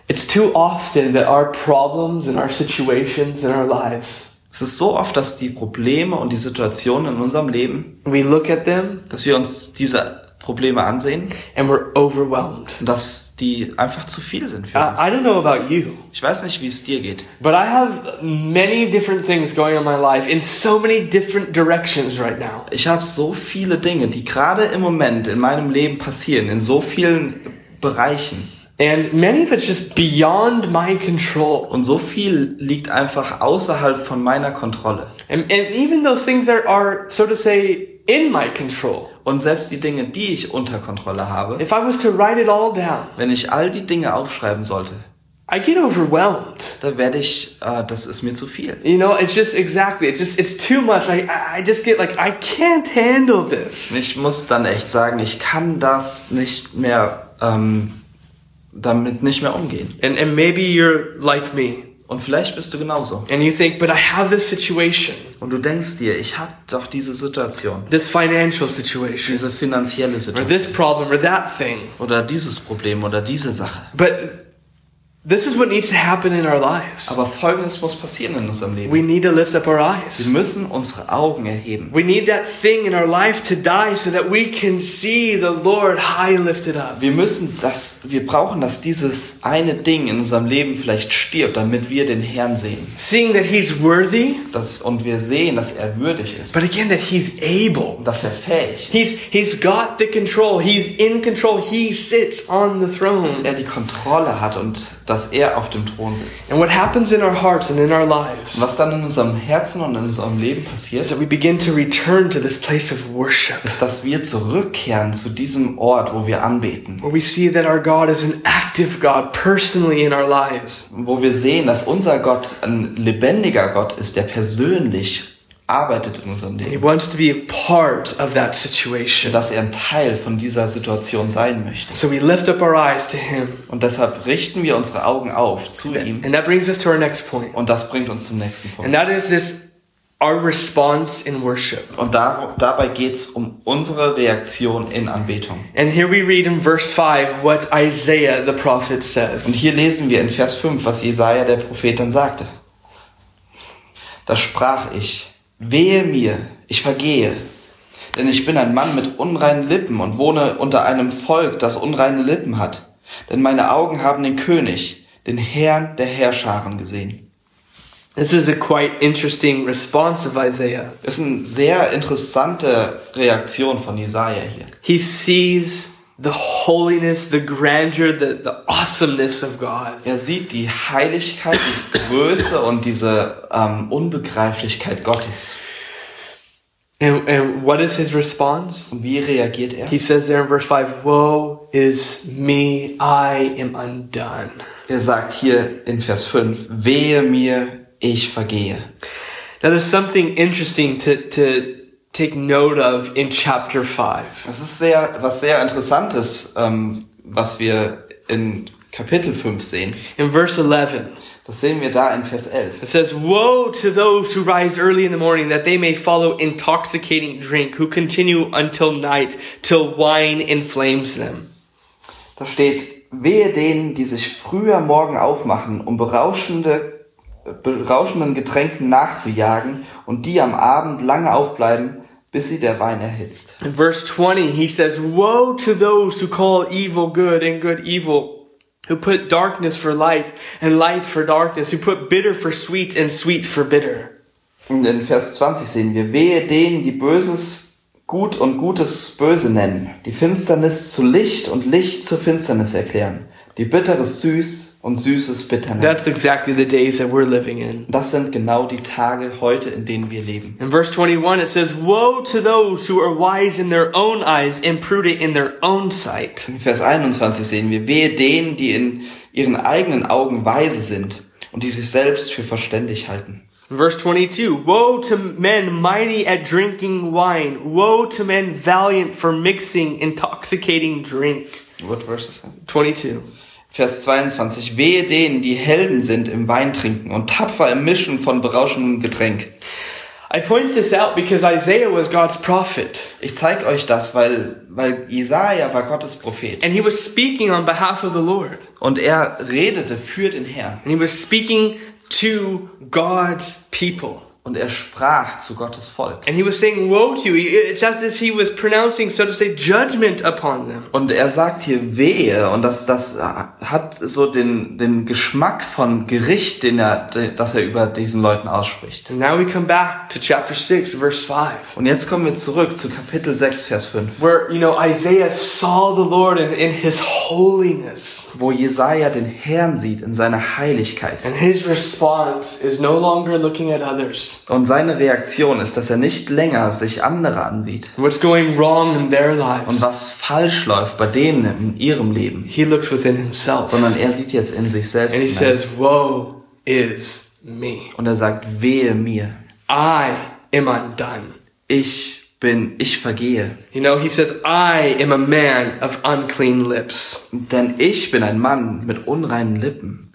It's too often that our problems and our situations and our lives Es ist so oft, dass die Probleme und die Situationen in unserem Leben, we look at them dass wir uns diese Probleme ansehen and we're overwhelmed. und dass die einfach zu viel sind für uns. I, I don't know about you, Ich weiß nicht, wie es dir geht. but I have many different things going on in my life in so many different directions right now. Ich habe so viele Dinge, die gerade im Moment in meinem Leben passieren, in so vielen Bereichen. And many of it's just beyond my control. Und so viel liegt einfach außerhalb von meiner Kontrolle. And, and even those things that are, so to say, in my control. Und selbst die Dinge, die ich unter Kontrolle habe, If I was to write it all down, wenn ich all die Dinge aufschreiben sollte, I get overwhelmed. da werde ich, äh, das ist mir zu viel. You know, it's just exactly, it's just, it's too much. I- I, I just get like, I can't handle this. Ich muss dann echt sagen, ich kann das nicht mehr, ähm, damit nicht mehr umgehen. And, and maybe you're like me Und vielleicht bist du genauso. and you think, but I have this situation, Und du denkst dir, ich habe doch diese Situation, this financial situation, diese finanzielle or Situation. this problem, or that thing. oder dieses Problem oder diese Sache. But this is what needs to happen in our lives. Aber Folgendes muss passieren in unserem Leben. We need to lift up our Wir eyes. müssen unsere Augen erheben. We need that thing in our life to die so that we can see the Lord high and lifted up. Wir müssen das, wir brauchen, dass dieses eine Ding in unserem Leben vielleicht stirbt, damit wir den Herrn sehen. Seeing that He's worthy, Das, und wir sehen, dass er würdig ist, but again, that He's able. dass er fähig ist, He's, he's got the control. He's in control. He sits on the throne. dass er die Kontrolle hat und dass er auf dem Thron sitzt. And what happens in our hearts and in our lives Und was dann in unserem Herzen und in unserem Leben is passiert, that we begin to return to this place of worship ist, dass wir zurückkehren zu diesem Ort, wo wir anbeten, where we see that our God is an active God personally in our lives. wo wir sehen, dass unser Gott ein lebendiger Gott ist, der persönlich arbeitet in unserem And He Leben, wants to be a part of that situation. dass er ein Teil von dieser Situation sein möchte. So we lift up our eyes to Him. Und deshalb richten wir unsere Augen auf zu ihm. And that brings us to our next point. Und das bringt uns zum nächsten And Punkt. that is this our response in worship. Und dar dabei geht's um unsere Reaktion in Anbetung. And here we read in verse 5 what Isaiah the prophet Und says. hier lesen wir in Vers 5, was Jesaja der Prophet dann sagte. Da sprach ich, wehe mir, ich vergehe, denn ich bin ein Mann mit unreinen Lippen und wohne unter einem Volk, das unreine Lippen hat. Denn meine Augen haben den König, den Herrn der Herrscharen gesehen. This is a quite interesting response of Isaiah. Das ist eine sehr interessante Reaktion von Jesaja hier. He sees the holiness, the grandeur, the, the awesomeness of God. Er sieht die Heiligkeit, die Größe und diese ähm, Unbegreiflichkeit Gottes. And, and what is his response? Und wie reagiert er? He says there in verse 5 Woe is me, I am undone. Er sagt hier in Vers 5, wehe mir, ich vergehe. Now there's something interesting to, to take note of in chapter 5. Das ist sehr, was sehr Interessantes, ähm, was wir in Kapitel 5 sehen. In verse 11, Das sehen wir da in Vers 11. It says, Woe to those who rise early in the morning, that they may follow intoxicating drink, who continue until night, till wine inflames them. Da steht, wehe denen, die sich früh am Morgen aufmachen, um berauschende, berauschenden Getränken nachzujagen und die am Abend lange aufbleiben, bis sie der Wein erhitzt. In verse 20, he says, Woe to those who call evil good and good evil, who put darkness for light and light for darkness, who put bitter for sweet and sweet for bitter. Und in Vers 20 sehen wir, wehe denen, die Böses gut und Gutes böse nennen, die Finsternis zu Licht und Licht zur Finsternis erklären, die Bitteres süß und Süßes bitter nennen. That's exactly the days that we're living in. Das sind genau die Tage heute, in denen wir leben. In verse 21, it says, Woe to those who are wise in their own eyes and prudent in their own sight. In Vers 21 sehen wir, wehe denen, die in ihren eigenen Augen weise sind und die sich selbst für verständig halten. Verse 22 Woe to men mighty at drinking wine, woe to men valiant for mixing intoxicating drink. What verse is that? 22. Vers 22, wehe denen, die Helden sind im Weintrinken und tapfer im Mischen von berauschendem Getränk. I point this out because Isaiah was God's prophet, Ich zeige euch das, weil, weil Jesaja war Gottes Prophet. and he was speaking on behalf of the Lord, Und er redete für den Herrn. and he was speaking to God's people. Und er sprach zu Gottes Volk. And he was saying, Woe to you. It's as if he was pronouncing, so to say, judgment upon them. Und er sagt hier wehe und das, das hat so den, den Geschmack von Gericht, den er, de- das er über diesen Leuten ausspricht. And now we come back to chapter 6, verse 5. Und jetzt kommen wir zurück zu Kapitel 6, Vers 5, where you know Isaiah saw the Lord in, in his holiness. wo Jesaja den Herrn sieht in seiner Heiligkeit. And his response is no longer looking at others, Und seine Reaktion ist, dass er nicht länger sich andere ansieht. what's going wrong in their Und lives. was falsch läuft bei denen in ihrem Leben, He looks within himself and sondern er sieht jetzt in sich selbst. he hinein. says, Woe is me. Und er sagt, wehe mir, I am undone. ich bin, ich vergehe. You know, he says, I am a man of unclean lips. Denn ich bin ein Mann mit unreinen Lippen.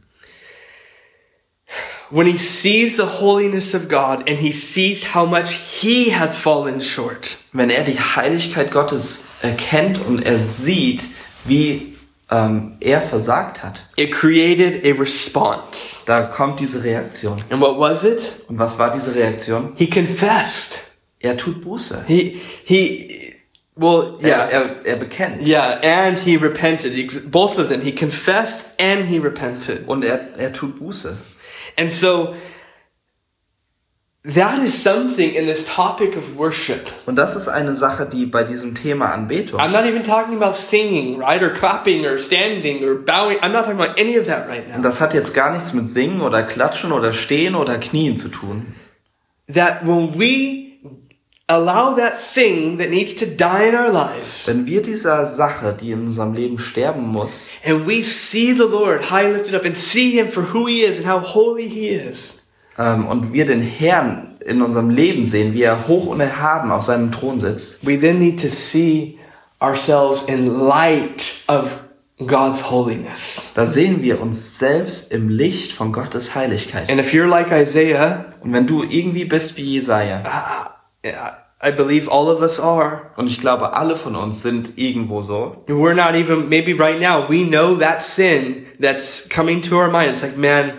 When he sees the holiness of God and he sees how much he has fallen short, wenn er die Heiligkeit Gottes erkennt und er sieht, wie ähm, er versagt hat, it created a response. da kommt diese Reaktion. And what was it? Und was war diese Reaktion? He confessed. Er tut Buße. He he well Er, yeah er, er bekennt. yeah and he repented. Ex- Both of them. He confessed and he repented. Und er, er tut Buße. And so that is something in this topic of worship. Und das ist eine Sache, die bei diesem Thema Anbetung, I'm not even talking about singing, right? Or clapping or standing or bowing. I'm not talking about any of that right und now. das hat jetzt gar nichts mit Singen oder Klatschen oder Stehen oder Knien zu tun, That when we allow that thing that needs to die in our lives wenn wir dieser Sache, die in unserem Leben sterben muss, and we see the Lord high lifted up and see him for who he is and how holy he is. ähm, und wir den Herrn in unserem Leben sehen, wie er hoch und erhaben auf seinem Thron sitzt, We then need to see ourselves in light of God's holiness. Da sehen wir uns selbst im Licht von Gottes Heiligkeit. And if you're like Isaiah, Und wenn du irgendwie bist wie Jesaja, yeah, I believe all of us are, und ich glaube, alle von uns sind irgendwo so, and we're not even, maybe right now, we know that sin that's coming to our mind. It's like, man,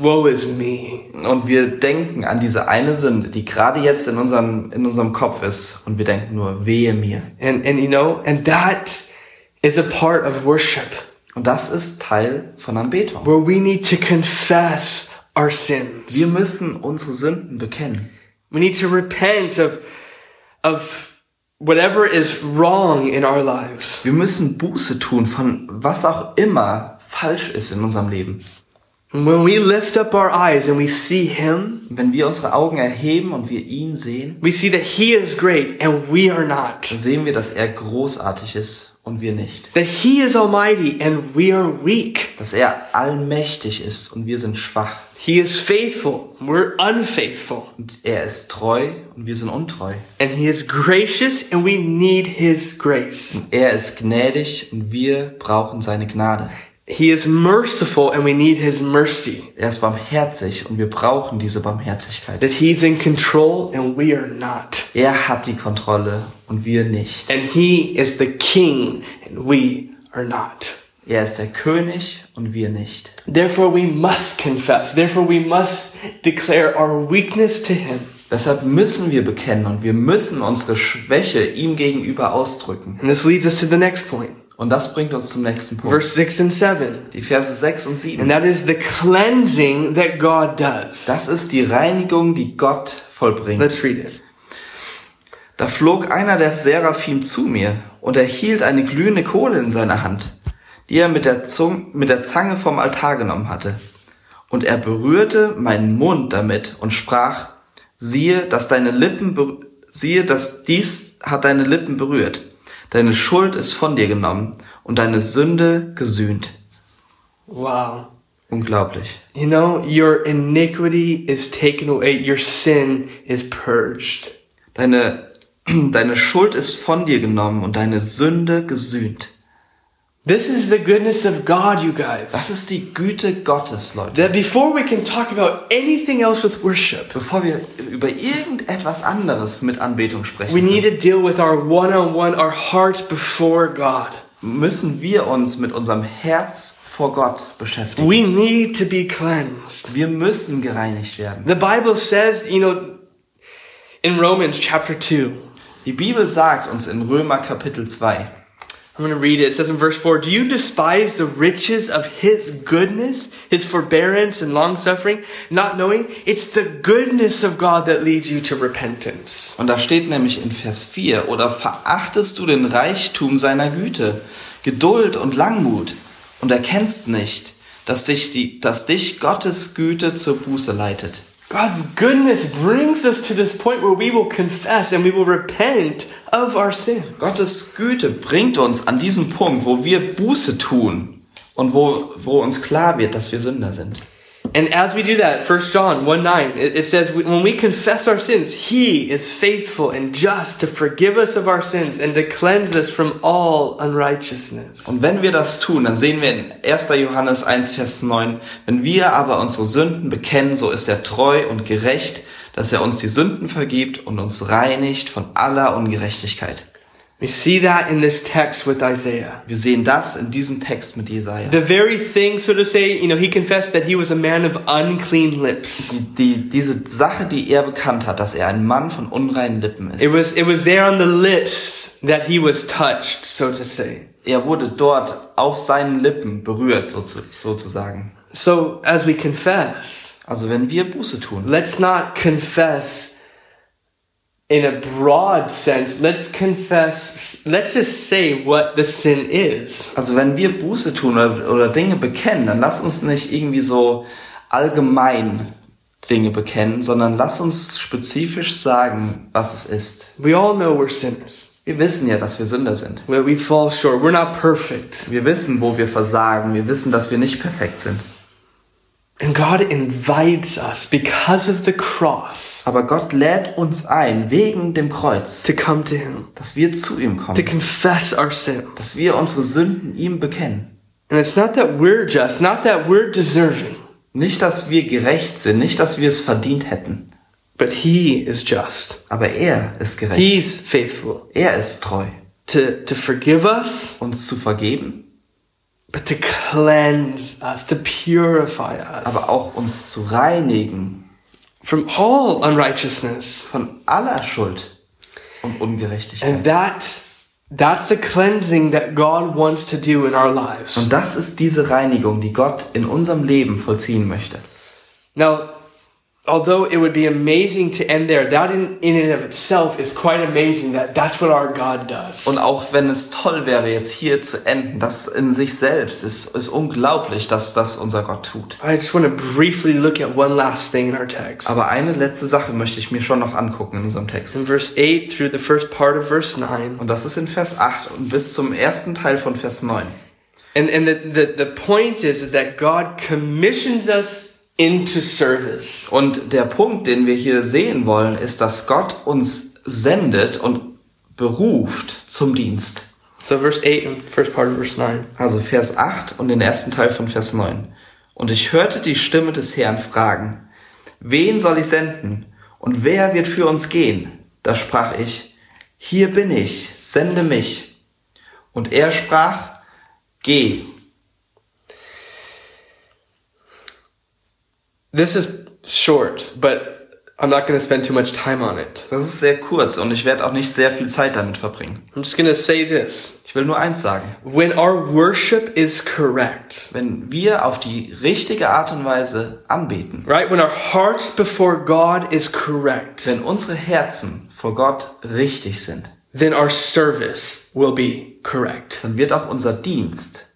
woe is me. und wir denken an diese eine Sünde, die gerade jetzt in unserem, in unserem Kopf ist, und wir denken nur, wehe mir. And, and you know, and that is a part of worship Und das ist Teil von Anbetung, where we need to confess our sins. Wir müssen unsere Sünden bekennen. We need to repent of of whatever is wrong in our lives. Wir müssen Buße tun von was auch immer falsch ist in unserem Leben. And when we lift up our eyes and we see him, Und wenn wir unsere Augen erheben und wir ihn sehen, we see that he is great and we are not. dann sehen wir, dass er großartig ist und wir nicht. That he is almighty and we are weak. Dass er allmächtig ist und wir sind schwach. He is faithful, we're unfaithful. Und er ist treu und wir sind untreu. And he is gracious and we need his grace. Er ist gnädig und wir brauchen seine Gnade. He is merciful and we need his mercy. Er ist barmherzig und wir brauchen diese Barmherzigkeit. That he's in control and we are not. Er hat die Kontrolle und wir nicht. And he is the king and we are not. Er ist der König und wir nicht. Therefore, we must confess. Therefore, we must declare our weakness to Him. Deshalb müssen wir bekennen und wir müssen unsere Schwäche ihm gegenüber ausdrücken. And this leads us to the next point, Und das bringt uns zum nächsten Punkt. verse 6 and 7. Die Verse 6 und And 7. that is the cleansing that God does. Das ist die Reinigung, die Gott vollbringt. Let's read it. Da flog einer der Seraphim zu mir und er hielt eine glühende Kohle in seiner Hand, die er mit der, Zung, mit der Zange vom Altar genommen hatte. Und er berührte meinen Mund damit und sprach, siehe, dass deine Lippen, ber- siehe, dass dies hat deine Lippen berührt. Deine Schuld ist von dir genommen und deine Sünde gesühnt. Wow. Unglaublich. You know, your iniquity is taken away, your sin is purged. Deine, deine Schuld ist von dir genommen und deine Sünde gesühnt. This is the goodness of God, you guys. Das ist die Güte Gottes, Leute. That before we can talk about anything else with worship, Bevor wir über irgendetwas anderes mit Anbetung sprechen, we need to deal with our one on one, our heart before God. müssen wir uns mit unserem Herz vor Gott beschäftigen. We need to be cleansed. Wir müssen gereinigt werden. The Bible says, you know, in Romans chapter 2, Die Bibel sagt uns in Römer Kapitel 2, I'm going to read it. It says in verse 4 Do you despise the riches of his goodness, his forbearance and long suffering, not knowing it's the goodness of God that leads you to repentance? und da steht nämlich in Vers 4, oder verachtest du den Reichtum seiner Güte, Geduld und Langmut und erkennst nicht, dass dich, die, dass dich Gottes Güte zur Buße leitet. God's goodness brings us to this point where we will confess and we will repent of our sin. Gottes Güte bringt uns an diesen Punkt, wo wir Buße tun und wo, wo uns klar wird, dass wir Sünder sind. And as we do that, 1 John 1 9, it, it says, When we confess our sins, he is faithful and just to forgive us of our sins and to cleanse us from all unrighteousness. Und wenn wir das tun, dann sehen wir in 1. Johannes 1, Vers 9, wenn wir aber unsere Sünden bekennen, so ist er treu und gerecht, dass er uns die Sünden vergibt und uns reinigt von aller Ungerechtigkeit. We see that in this text with Isaiah. Wir sehen das in diesem Text mit Jesaja. The very thing, so to say, you know, he confessed that he was a man of unclean lips. Die, die, diese Sache, die er bekannt hat, dass er ein Mann von unreinen Lippen It ist. was, it was there on the lips that he was touched, so to say. Er wurde dort auf seinen Lippen berührt, so zu- sozusagen. So as we confess, Also wenn wir Buße tun, let's not confess in a broad sense. Let's confess, let's just say what the sin is. also wenn wir Buße tun oder, oder Dinge bekennen, dann lass uns nicht irgendwie so allgemein Dinge bekennen, sondern lass uns spezifisch sagen, was es ist. We all know we're sinners, Wir wissen ja, dass wir Sünder sind. where we fall short. We're not perfect. Wir wissen, wo wir versagen. Wir wissen, dass wir nicht perfekt sind. And God invites us because of the cross Aber Gott lädt uns ein, wegen dem Kreuz, to come to Him, dass wir zu ihm to kommen, confess our sins. dass wir unsere Sünden ihm bekennen. And it's not that we're just, not that we're deserving, Nicht, dass wir gerecht sind, nicht, dass wir es verdient hätten. but He is just. Aber er ist gerecht. He's faithful Er ist treu. to, to forgive us uns zu vergeben, but to cleanse us, to purify us aber auch uns zu reinigen from all unrighteousness. von aller Schuld und Ungerechtigkeit. And that that's the cleansing that God wants to do in our lives. Und das ist diese Reinigung, die Gott in unserem Leben vollziehen möchte. Now, although it would be amazing to end there, that in, in and of itself is quite amazing that that's what our God does. Und auch wenn es toll wäre, jetzt hier zu enden, das in sich selbst ist, ist unglaublich, dass das unser Gott tut. I just want to briefly look at one last thing in our text. Aber eine letzte Sache möchte ich mir schon noch angucken in unserem Text. In verse 8 through the first part of verse 9. Und das ist in Vers 8 und bis zum ersten Teil von Vers 9. And, and the, the, the point is, is that God commissions us into service. Und der Punkt, den wir hier sehen wollen, ist, dass Gott uns sendet und beruft zum Dienst. So verse 8 and first part of verse 9. Also Vers 8 und den ersten Teil von Vers 9. Und ich hörte die Stimme des Herrn fragen, wen soll ich senden und wer wird für uns gehen? Da sprach ich, hier bin ich, sende mich. Und er sprach, geh. This is short, but I'm not going to spend too much time on it. Das ist sehr kurz und ich werde auch nicht sehr viel Zeit damit verbringen. I'm just going to say this. Ich will nur eins sagen. When our worship is correct, Wenn wir auf die richtige Art und Weise anbeten, right? When our hearts before God is correct, wenn unsere Herzen vor Gott richtig sind, then our service will be correct. dann wird auch unser Dienst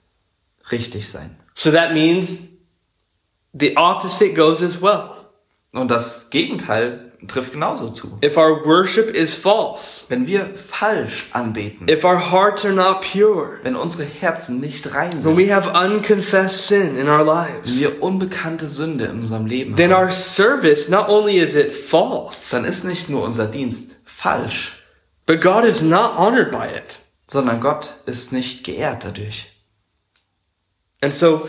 richtig sein. So that means the opposite goes as well. Und das Gegenteil trifft genauso zu. If our worship is false, Wenn wir falsch anbeten, if our hearts are not pure, wenn unsere Herzen nicht rein when sind, we have unconfessed sin in our wenn lives, wir unbekannte Sünde in unserem Leben then haben, our service not only is it false, dann ist nicht nur unser Dienst falsch, but God is not honored by it. sondern Gott ist nicht geehrt dadurch. And so,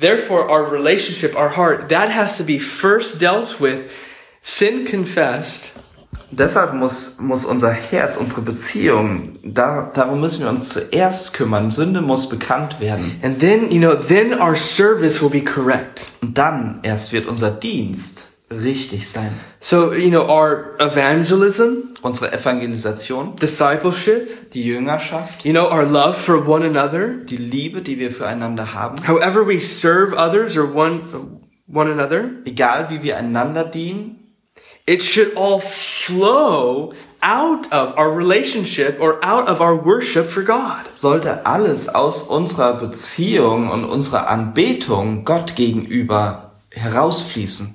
therefore, our relationship, our heart, that has to be first dealt with, sin confessed, Deshalb muss, muss unser Herz, unsere Beziehung, da, darum müssen wir uns zuerst kümmern. Sünde muss bekannt werden. and then, you know, then our service will be correct. Und dann erst wird unser Dienst richtig sein. So, you know, our evangelism, Unsere Evangelisation, discipleship, die Jüngerschaft, you know, our love for one another, die Liebe, die wir füreinander haben, however we serve others or one one another, egal wie wir einander dienen, it should all flow out of our relationship or out of our worship for God. sollte alles aus unserer Beziehung und unserer Anbetung Gott gegenüber herausfließen.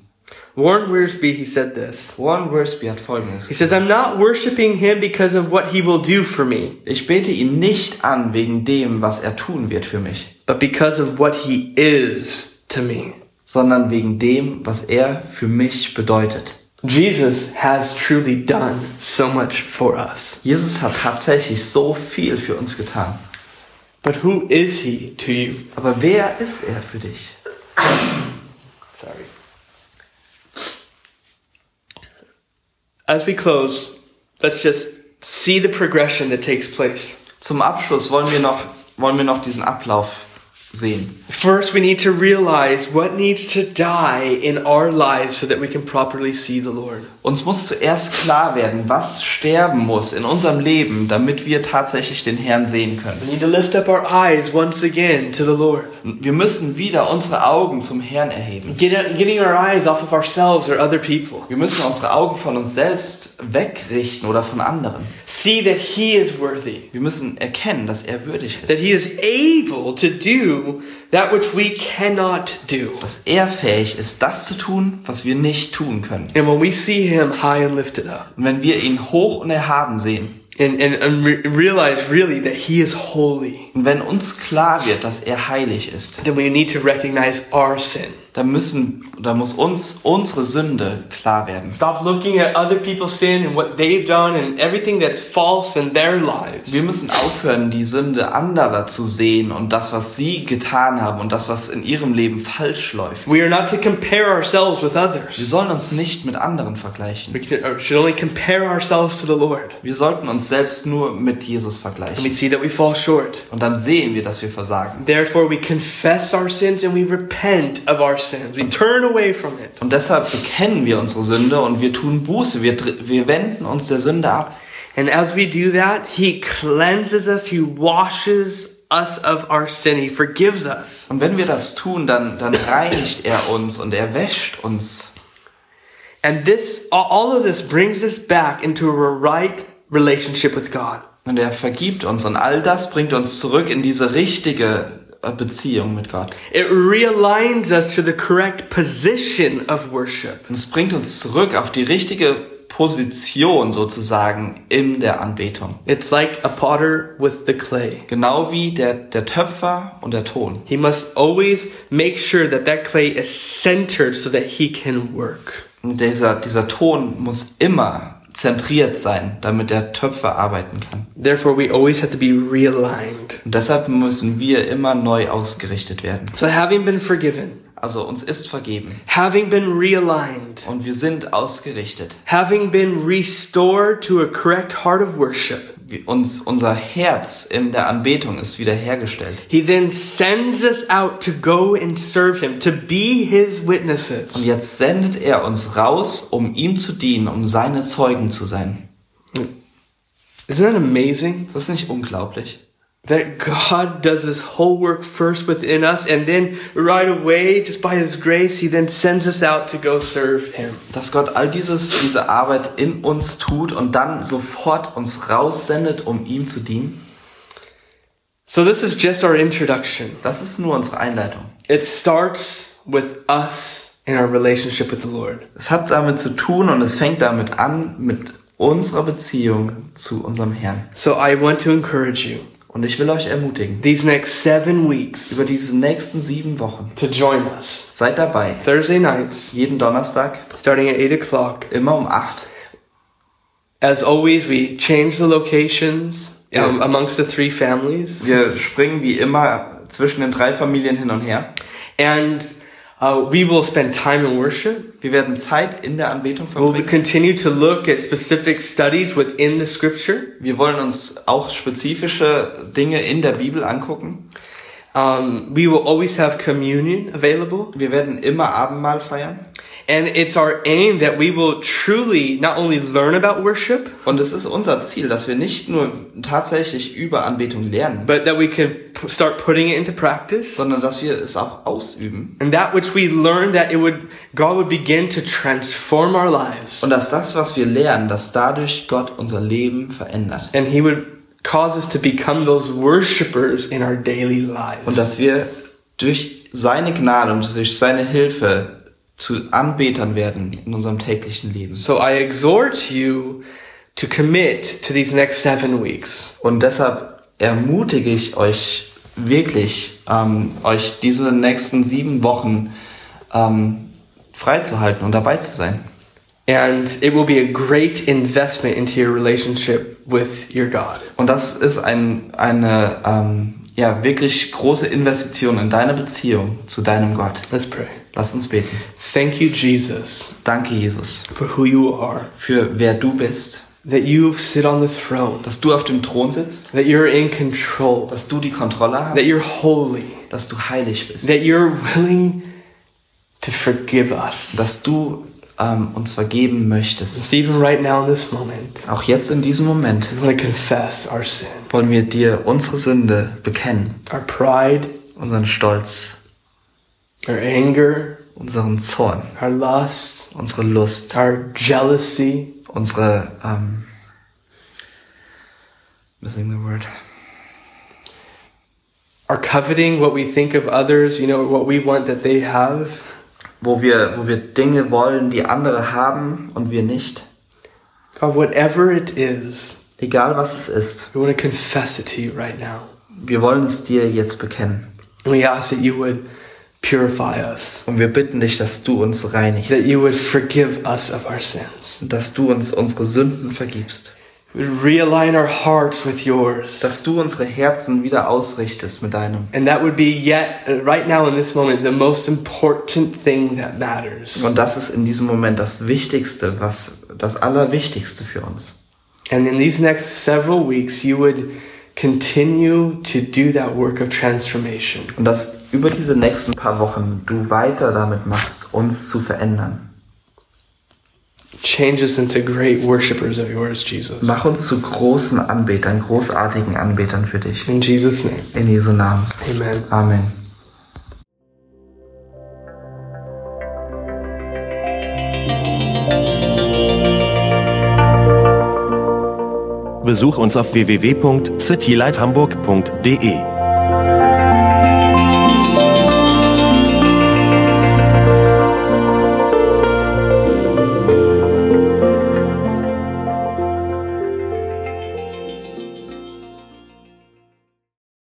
Warren Wiersbe he said this. Warren Worsby hat folgendes. He says, "I'm not worshiping him because of what he will do for me, Ich bete ihn nicht an wegen dem, was er tun wird für mich, but because of what he is to me." sondern wegen dem, was er für mich bedeutet. Jesus has truly done so much for us. Jesus hat tatsächlich so viel für uns getan. But who is he to you? Aber wer ist er für dich? Sorry. As we close, let's just see the progression that takes place. Zum Abschluss wollen wir noch, wollen wir noch diesen Ablauf sehen. First, we need to realize what needs to die in our lives so that we can properly see the Lord. Uns muss zuerst klar werden, was sterben muss in unserem Leben, damit wir tatsächlich den Herrn sehen können. We need to lift up our eyes once again to the Lord. Wir müssen wieder unsere Augen zum Herrn erheben. Get, getting our eyes off of ourselves or other people. Wir müssen unsere Augen von uns selbst wegrichten oder von anderen. See that He is worthy, Wir müssen erkennen, dass er würdig that ist, He is able to do that which we cannot do. dass er fähig ist, das zu tun, was wir nicht tun können. And when we see Him high and lifted up, Und wenn wir ihn hoch und erhaben sehen and, and, and re- realize really that he is holy, und wenn uns klar wird, dass er heilig ist, then we need to recognize our sin. dann müssen, dann muss uns unsere Sünde klar werden. Stop looking at other people's sin and what they've done and everything that's false in their lives. Wir müssen aufhören, die Sünde anderer zu sehen und das, was sie getan haben und das, was in ihrem Leben falsch läuft. We are not to compare ourselves with Wir others. sollen uns nicht mit anderen vergleichen. We can- or should only compare ourselves to the Lord. Wir sollten uns selbst nur mit Jesus And we vergleichen. see that we fall short. Und dann sehen wir, dass wir versagen. Therefore, we confess our sins and we repent of our sins. We turn away from it. Und deshalb bekennen wir unsere Sünde und wir tun Buße, wir, dr- wir wenden uns der Sünde ab. And as we do that, He cleanses us, He washes us of our sin. He forgives us. Und wenn wir das tun, dann, dann reinigt er uns und er wäscht uns. And this, all- all of this brings us back into a right relationship with God. Und er vergibt uns. Und all das bringt uns zurück in diese richtige äh, Beziehung mit Gott. It realigns us to the correct position of worship. Und es bringt uns zurück auf die richtige Position sozusagen in der Anbetung. It's like a potter with the clay. Genau wie der, der Töpfer und der Ton. He must always make sure that that clay is centered so that he can work. Und dieser, dieser Ton muss immer zentriert sein, damit der Töpfer arbeiten kann. Therefore, we always have to be realigned. Und deshalb müssen wir immer neu ausgerichtet werden. So, having been forgiven, Also uns ist vergeben having been realigned, und wir sind ausgerichtet. having been restored to a correct heart of worship, Wir- Uns, unser Herz in der Anbetung ist wiederhergestellt. he then sends us out to go and serve him, to be his witnesses. Und jetzt sendet er uns raus, um ihm zu dienen, um seine Zeugen zu sein. Isn't that amazing? Ist das nicht unglaublich? That God does his whole work first within us, and then right away, just by his grace, he then sends us out to go serve him. Dass Gott all dieses, diese Arbeit in uns tut und dann sofort uns raussendet, um ihm zu dienen. So, this is just our introduction. Das ist nur unsere Einleitung. It starts with us and our relationship with the Lord. Es hat damit zu tun und es fängt damit an mit unserer Beziehung zu unserem Herrn. So, I want to encourage you Und ich will euch ermutigen, these next seven weeks über diese nächsten sieben Wochen to join us Seid dabei. Thursday nights, Jeden Donnerstag, starting at 8 o'clock. immer um 8. As always, we change the locations um, amongst the three families. Wir springen wie immer zwischen den drei Familien hin und her. And uh, we will spend time in worship. Wir werden Zeit in der Anbetung We'll verbringen. continue to look at specific studies within the scripture. Wir wollen uns auch spezifische Dinge in der Bibel angucken. Um, we will always have communion available. Wir werden immer Abendmahl feiern. And it's our aim that we will truly not only learn about worship, Und es ist unser Ziel, dass wir nicht nur tatsächlich über Anbetung lernen, but that we can p- start putting it into practice. sondern dass wir es auch ausüben. And that which we learn that it would God would begin to transform our lives. Und dass das, was wir lernen, dass dadurch Gott unser Leben verändert. And he would cause us to become those worshipers in our daily lives. Und dass wir durch seine Gnade und durch seine Hilfe zu Anbetern werden in unserem täglichen Leben. So I exhort you to commit to these next seven weeks. Und deshalb ermutige ich euch wirklich, ähm, euch diese nächsten sieben Wochen ähm, freizuhalten und dabei zu sein. And it will be a great investment into your relationship with your God. Und das ist ein, eine ähm, ja, wirklich große Investition in deine Beziehung zu deinem Gott. Let's pray. Lass uns beten. Thank you, Jesus, Danke, Jesus, for who you are, für wer du bist, that you sit on the throne, dass du auf dem Thron sitzt, that you're in control, dass du die Kontrolle hast. that you're holy, dass du heilig bist, that you're willing to forgive us. dass du ähm, uns vergeben möchtest. Just even right now in this moment, Auch jetzt in diesem Moment we want to confess our sin, wollen wir dir unsere Sünde bekennen, our pride, unseren Stolz, our anger, unseren Zorn, our lust, unsere Lust, our jealousy, unsere ähm, missing the word, our coveting what we think of others, you know, what we want that they have, wo wir wo wir Dinge wollen, die andere haben und wir nicht. God, whatever it is, Egal was es ist, we want to confess it to you right now. wir wollen es dir jetzt bekennen. And we ask that you would purify us, Und wir bitten dich, dass du uns that reinigst, you would forgive us of our sins, dass du uns unsere Sünden vergibst. would realign our hearts with yours. dass du unsere Herzen wieder ausrichtest mit deinem. And that would be yet, uh, right now in this moment, the most important thing that matters. Und das ist in diesem Moment das Wichtigste, was das Allerwichtigste für uns. And in these next several weeks, you would continue to do that work of transformation. Und dass über diese nächsten paar Wochen du weiter damit machst, uns zu verändern. Change us into great worshipers of yours, Jesus. Mach uns zu großen Anbetern, großartigen Anbetern für dich. In Jesus' name, In Jesu Namen. amen. Amen. Besuch uns auf www.citylighthamburg.de.